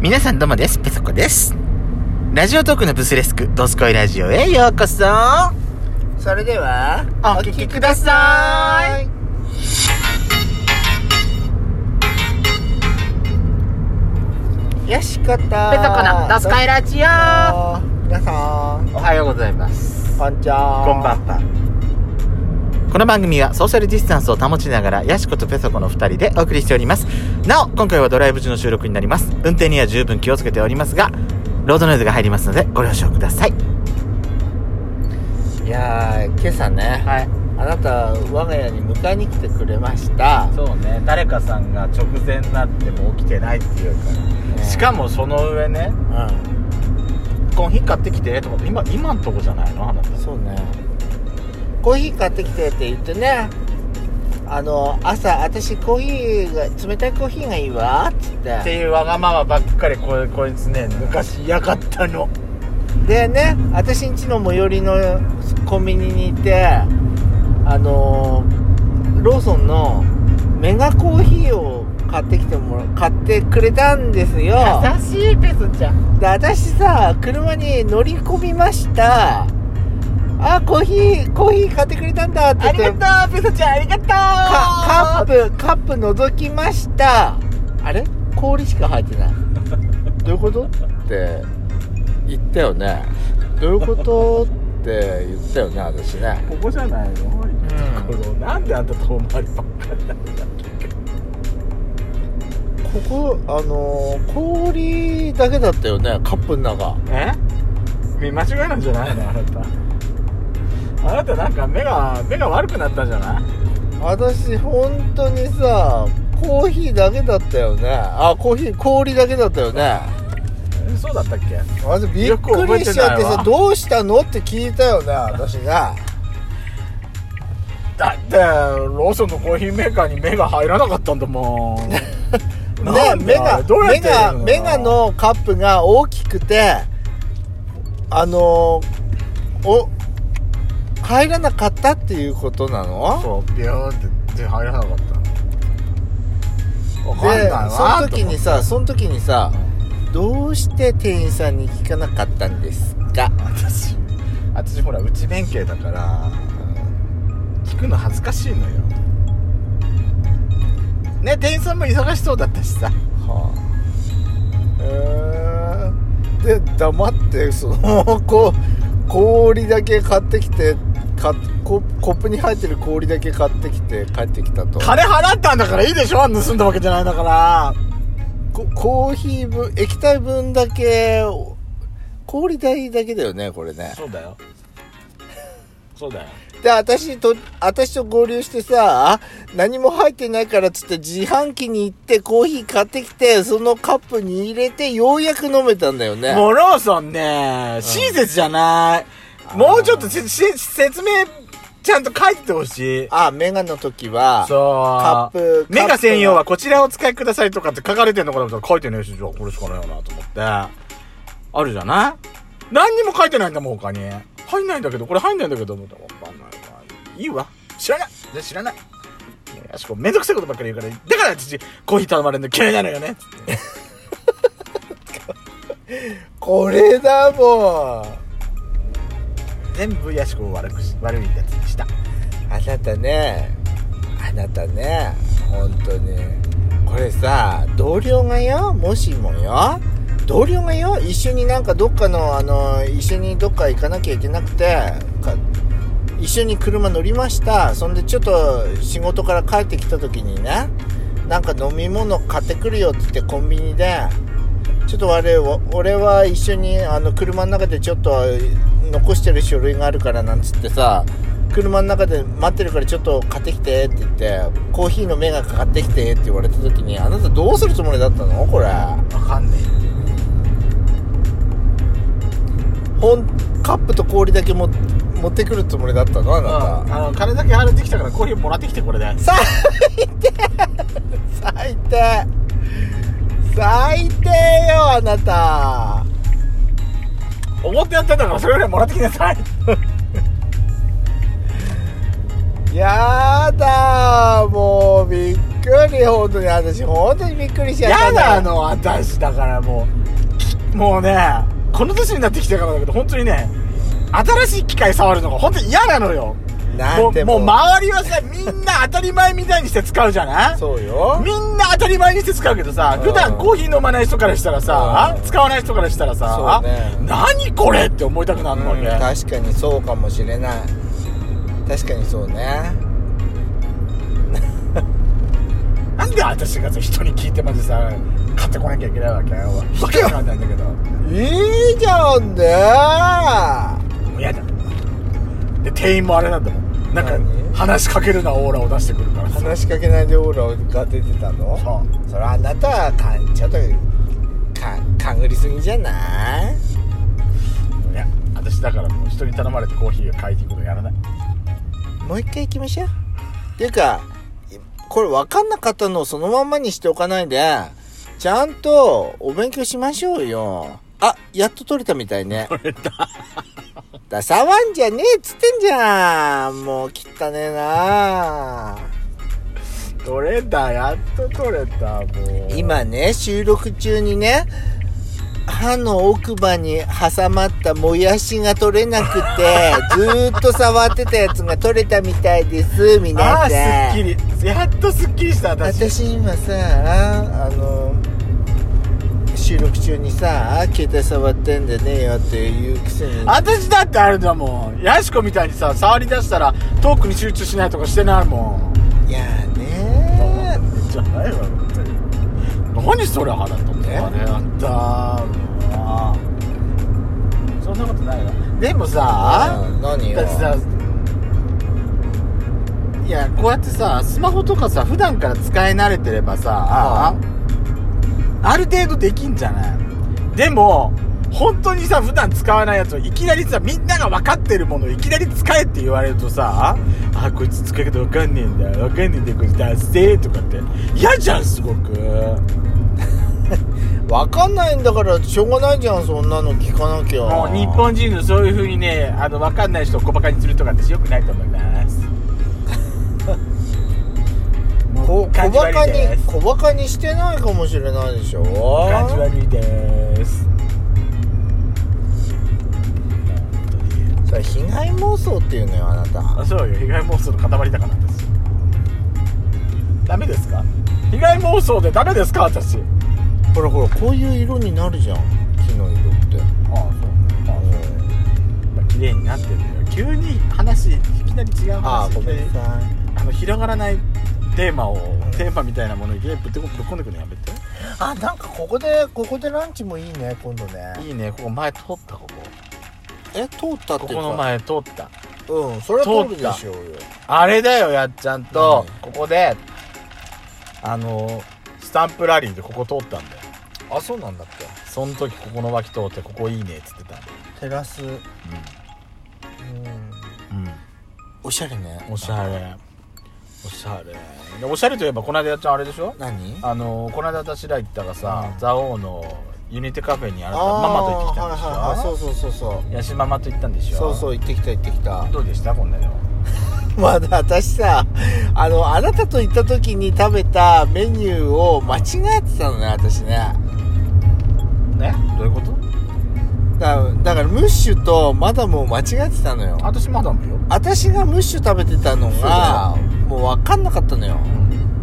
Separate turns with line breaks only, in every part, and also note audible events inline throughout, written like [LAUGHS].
皆さんどうもです。ペソコです。ラジオトークのブスレスク、ドスコイラジオへようこそ
それでは
お聞きください
よしことペトコ
ペソコのドスコイラジオ
皆さん
おはようございます。
こんにちは
は。この番組はソーシャルディスタンスを保ちながら、ヤシコとペソコの2人でお送りしております。なお、今回はドライブ中の収録になります。運転には十分気をつけておりますが、ロードノイズが入りますのでご了承ください。
いやー今朝ね、
はい。
あなた我が家に迎えに来てくれました
そうね、誰かさんが直前になっても起きてないっていうから。しかもその上ね、
う
コーヒー買ってきてと思って今今んとこじゃないのあなた
んそうねコーヒー買ってきてって言ってねあの朝私コーヒーが冷たいコーヒーがいいわっつっ
ってていうわがままばっかりここいつね抜かしやがったの
でね私んちの最寄りのコンビニにいてあのローソンのメガコーヒーを買ってきてもら買ってくれたんですよ
しいペスちゃん
で私さ車に乗り込みましたあコーヒーコーヒー買ってくれたんだって言
と
って
うペスちゃんありがとう
カカップカップ覗きましたあれ氷しか入ってないどういうことって言ったよねどういうことって言ったよね私ね
ここじゃないの、
ん
このなんであんた遠回りばっかりなの
ここあのー氷だけだったよねカップの中
え見間違えなんじゃないのあなたあなたなんか目が目が悪くなったんじゃない
私本当にさコーヒーだけだったよねあコーヒー氷だけだったよね
えそうだったっけ
私びっくりしちゃってさどうしたのって聞いたよね私ね
だってローソンのコーヒーメーカーに目が入らなかったんだ [LAUGHS] もんな
ね、
んだ
目が
どうやって
目が
入れるの
目がのカップが大きくてあのーお入らなかったっていうことなの
そうビューンって手入らなかったわかんない
で
わ
その時にさその時にさどうして店員さんに聞かなかったんですか
私私ほら内弁慶だから聞くの恥ずかしいのよね店員さんも忙しそうだったしさ
はあへえで黙ってそのこう氷だけ買ってきてかココップに入ってる氷だけ買ってきて帰ってきたと
金払ったんだからいいでしょ盗んだわけじゃないんだから
こコーヒー分液体分だけお氷代だけだよねこれね
そうだよそうだよ
で私と私と合流してさあ何も入ってないからっつって自販機に行ってコーヒー買ってきてそのカップに入れてようやく飲めたんだよね
[LAUGHS] もうローソンね親切じゃない、
うん
もうちょっとせせ説明ちゃんと書いててほしい
あメガの時は
そう
カップ
メガ
カップは
専用はこちらをお使いくださいとかって書かれてんのかなと思ったら書いてねえし、じゃあこれしかないよなと思って。あるじゃない何にも書いてないんだもん、他に。入んないんだけど、これ入んないんだけど、思って。わかんないな。いいわ。知らない。じゃあ知らない。ねえ、あしこめんどくさいことばっかり言うから、だから父、コーヒー頼まれるの嫌いなのよね。つって
これだもん
全部ヤシコを悪くし、悪いやつにした。
あなたねあなたね本当にこれさ同僚がよもしもよ同僚がよ一緒になんかどっかのあの一緒にどっか行かなきゃいけなくてか一緒に車乗りましたそんでちょっと仕事から帰ってきた時にねなんか飲み物買ってくるよって言ってコンビニでちょっと悪いわ俺は一緒にあの車の中でちょっと残してる書類があるからなんつってさ車の中で待ってるからちょっと買ってきてって言ってコーヒーの目がかかってきてって言われた時にあなたどうするつもりだったのこれ
わかんね
ほんカップと氷だけも持ってくるつもりだったのあ
え。
なた、
あの、金だけ払ってきたからコーヒーもらってきて、これで。
最低最低最低よあなた
思ってやってんだから、それぐらいもらってきなさい。
やだもうびっくり本当に私本当にびっくりしちゃった
や
ん
な
だ
の私だからもうきもうねこの年になってきてからだけど本当にね新しい機械触るのが本当に嫌なのよ
な
も
んて
うも
もう
う周りはさみんな当たり前みたいにして使うじゃない
そうよ
みんな当たり前にして使うけどさ
うん
普段コーヒー飲まない人からしたらさ
うん
使わない人からしたらさ、
そうね
何これって思いたくなるわけ、
うん確かにそうかもしれない確かにそうね
なんで私がさ人に聞いてまでさ買ってこなきゃいけないわけわけわかんないんだけど
いいじゃんね
もう嫌だで店員もあれなんだもんなん
何
か話しかけるなオーラを出してくるからさ
話しかけないでオーラが出てたの
そ
それはあなたはかんちょっとか勘ぐりすぎじゃない
いや私だからもう人に頼まれてコーヒーを買いに行くのやらない
もう一回行きましょうっていうかいこれ分かんなかったのをそのまんまにしておかないでちゃんとお勉強しましょうよあやっと取れたみたいね取れただ触んじゃねえっつってんじゃんもう汚ねえな
取れたやっと取れたもう
今ね収録中にね歯の奥歯に挟まったもやしが取れなくてずーっと触ってたやつが取れたみたいです皆さん
ああすっきりやっとすっきりした私
私今さあの収録中にさ携帯触ってんでねえよって言うくせに
私だってあれだもんやしこみたいにさ触り出したらトークに集中しないとかしてないもん
いや
[LAUGHS]
ーね
じゃないわ本当に何それ腹と思って
え
あれあんたもうそんなことないわでもさ
うん何よ
だってさいやこうやってさスマホとかさ普段から使い慣れてればさある程度できんじゃないでも本当にさ普段使わないやつをいきなりさみんなが分かってるものをいきなり使えって言われるとさあこいつ使い方分かんねえんだよ分かんねえんだよこいつ出せとかって嫌じゃんすごく
分かんないんだからしょうがないじゃんそんなの聞かなきゃ
もう日本人のそういう風にねあの分かんない人を小バカにするとかってよくないと思い [LAUGHS] ます
こ小
感じ
バカ
悪い
に
です
小バカにしてないかもしれないでしょ
感じ悪いです
それ被害妄想っていうのよあなた
あそうよ被害妄想の塊だから私ダメですか被害妄想でダメですか私あ
ほらほらこういう色になるじゃん木の色って
あそうあまあ綺麗になってるよ急に話いきなり違う
あ
話
ーごめんなさい
あの広がらないテーマをテーマみたいなものにぶってこぶっこんでくのやめて
あなんかここでここでランチもいいね今度ね
いいねここ前通ったここ
え通ったって
こ
いうか
この前通った
うんそれは通るでしょうよ
あれだよやっちゃんと
何
ここであのスタンプラリーでここ通ったんだよ
あそうなんだっけ
その時ここの脇通ってここいいねっつってたんだよ
テラスうん
うん
おしゃれね
おしゃれおしゃれでおしゃれといえばこの間やっちゃんあれでしょ
何
あのこの間私ら行ったらさ、
うん
蔵王のユニテカフェにあなた
ー
ママと行ってきたんでしょ、
はいはいはいそうそうそうそ
ヤシママと行ったんでし
う
ょ
そうそう行ってきた行ってきた
どうでしたこんなの
まだ私さあのあなたと行った時に食べたメニューを間違えてたのね私ね
ねどういうこと
だだからムッシュとマダムを間違えてたのよ
私マダムよ、
私がムッシュ食べてたのが
そう
もう分かんなかったのよ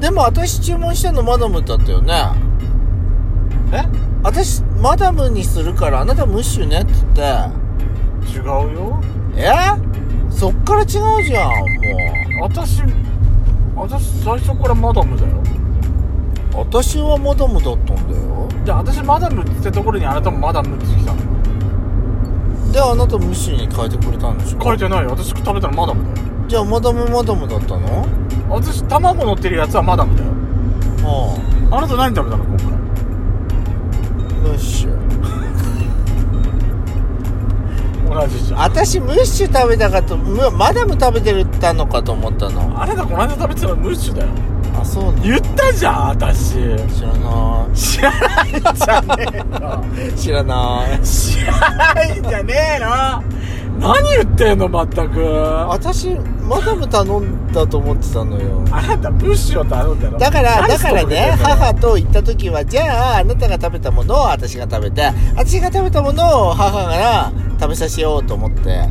でも私注文したのマダムだったよね
え
私マダムにするからあなたムッシュねって言って
違うよ
えそっから違うじゃんも
私私最初からマダムだよ
う私はマダムだったんだよ
で私マダムって言ったところにあなたもマダムって来たの
であなたムッシュに変えてくれたんでしょ
書いてないよ私食べたのマダムだよ
じゃあマダムマダムだったの
私卵乗ってるやつはマダムだよ
あ
あなた何食べたの今回
あムッシュ
同じじゃん
私ムッシュ食べたかとむマダム食べてたのかと思ったの
あなたこの間食べてたのムッシュだよ
あそうなの
言ったじゃん私
知らな
知らないじゃねえの
い知らない
知らないじゃねえの何言ってんの、まったく。あ
私マダム頼んだと思ってたのよ
なた、物資を頼んだの。
だから、だからね、母
と。
と行った時は、じゃあ、あなたが食べたものを私が食べて、私が食べたものを母から食べさせようと思って、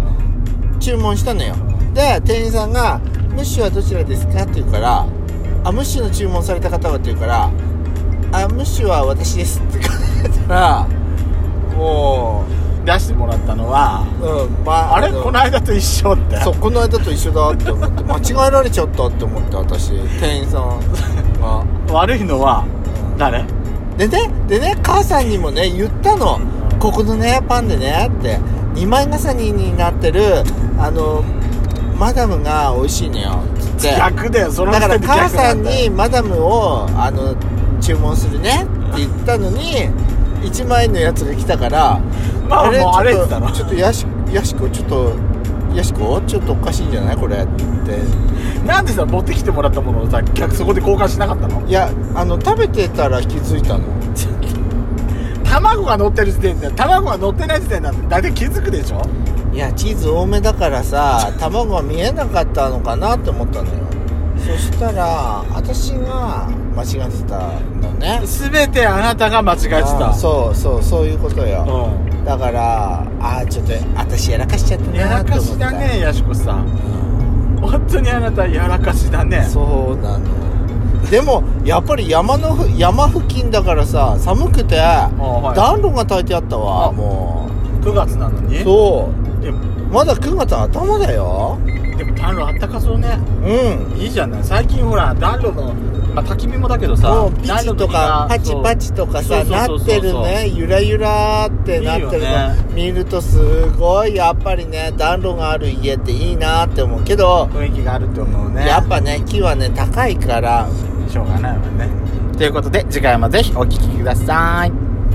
注文したのよ。で、店員さんが、ムッシュはどちらですかって言うから、あ、ムッシュの注文された方はって言うから、あ、ムッシュは私ですって言ったら、も
出してもらったのは、
う、うん、まあ、
あれ
の
この間と一緒って。
そうこの間と一緒だって思って、間違えられちゃったって思って、私、店員さんが。
悪いのは、誰
でね、でね、母さんにもね、言ったの。ここのね、パンでね、って、二枚重ねになってる、あの、マダムが美味しいのよ、つって。だ
逆だよ、その
から母
逆な
さん
だよ
にマダムを、あの、注文するね、って言ったのに、一枚のやつが来たから、
まあもうあれ
ちょ
っ
って
言った
と、
の
ちょっとやし、やしこ、ちょっと、やしこ、ちょっとおかしいんじゃないこれ、って。
なんでさ、持ってきてもらったものをさ、逆そこで交換しなかったの
いや、あの、食べてたら気づいたの。
卵が乗ってる時点で、卵が乗ってない時点なんて大体気づくでしょ
いやチーズ多めだからさ卵が見えなかったのかなって思ったのよそしたら私が間違ってたのね
全てあなたが間違えて
あー
た。
そうそうそういうことよ
うん。
だからああちょっと私やらかしちゃった
や
な
ら
って
か
思
し
っ
だ
た
ねやしこさん
うん
本当にあなたやらかしだね
そうなのでもやっぱり山のふ山付近だからさ寒くて
はい
暖炉が炊いてあったわ
あ
も
9月なのに
うそう
でも
まだ9月頭だよ
でも暖炉あったかそうね
うん
いいじゃない最近ほら暖炉の、まあ、焚き火もだけどさ
もうピチとかパチパチとかさなってるねゆらゆらってなってる
いいよね
の見るとすごいやっぱりね暖炉がある家っていいなって思うけど
雰囲気があると思うね
やっぱね木はね高いから
しょうがないわね
ということで次回もぜひお聴きください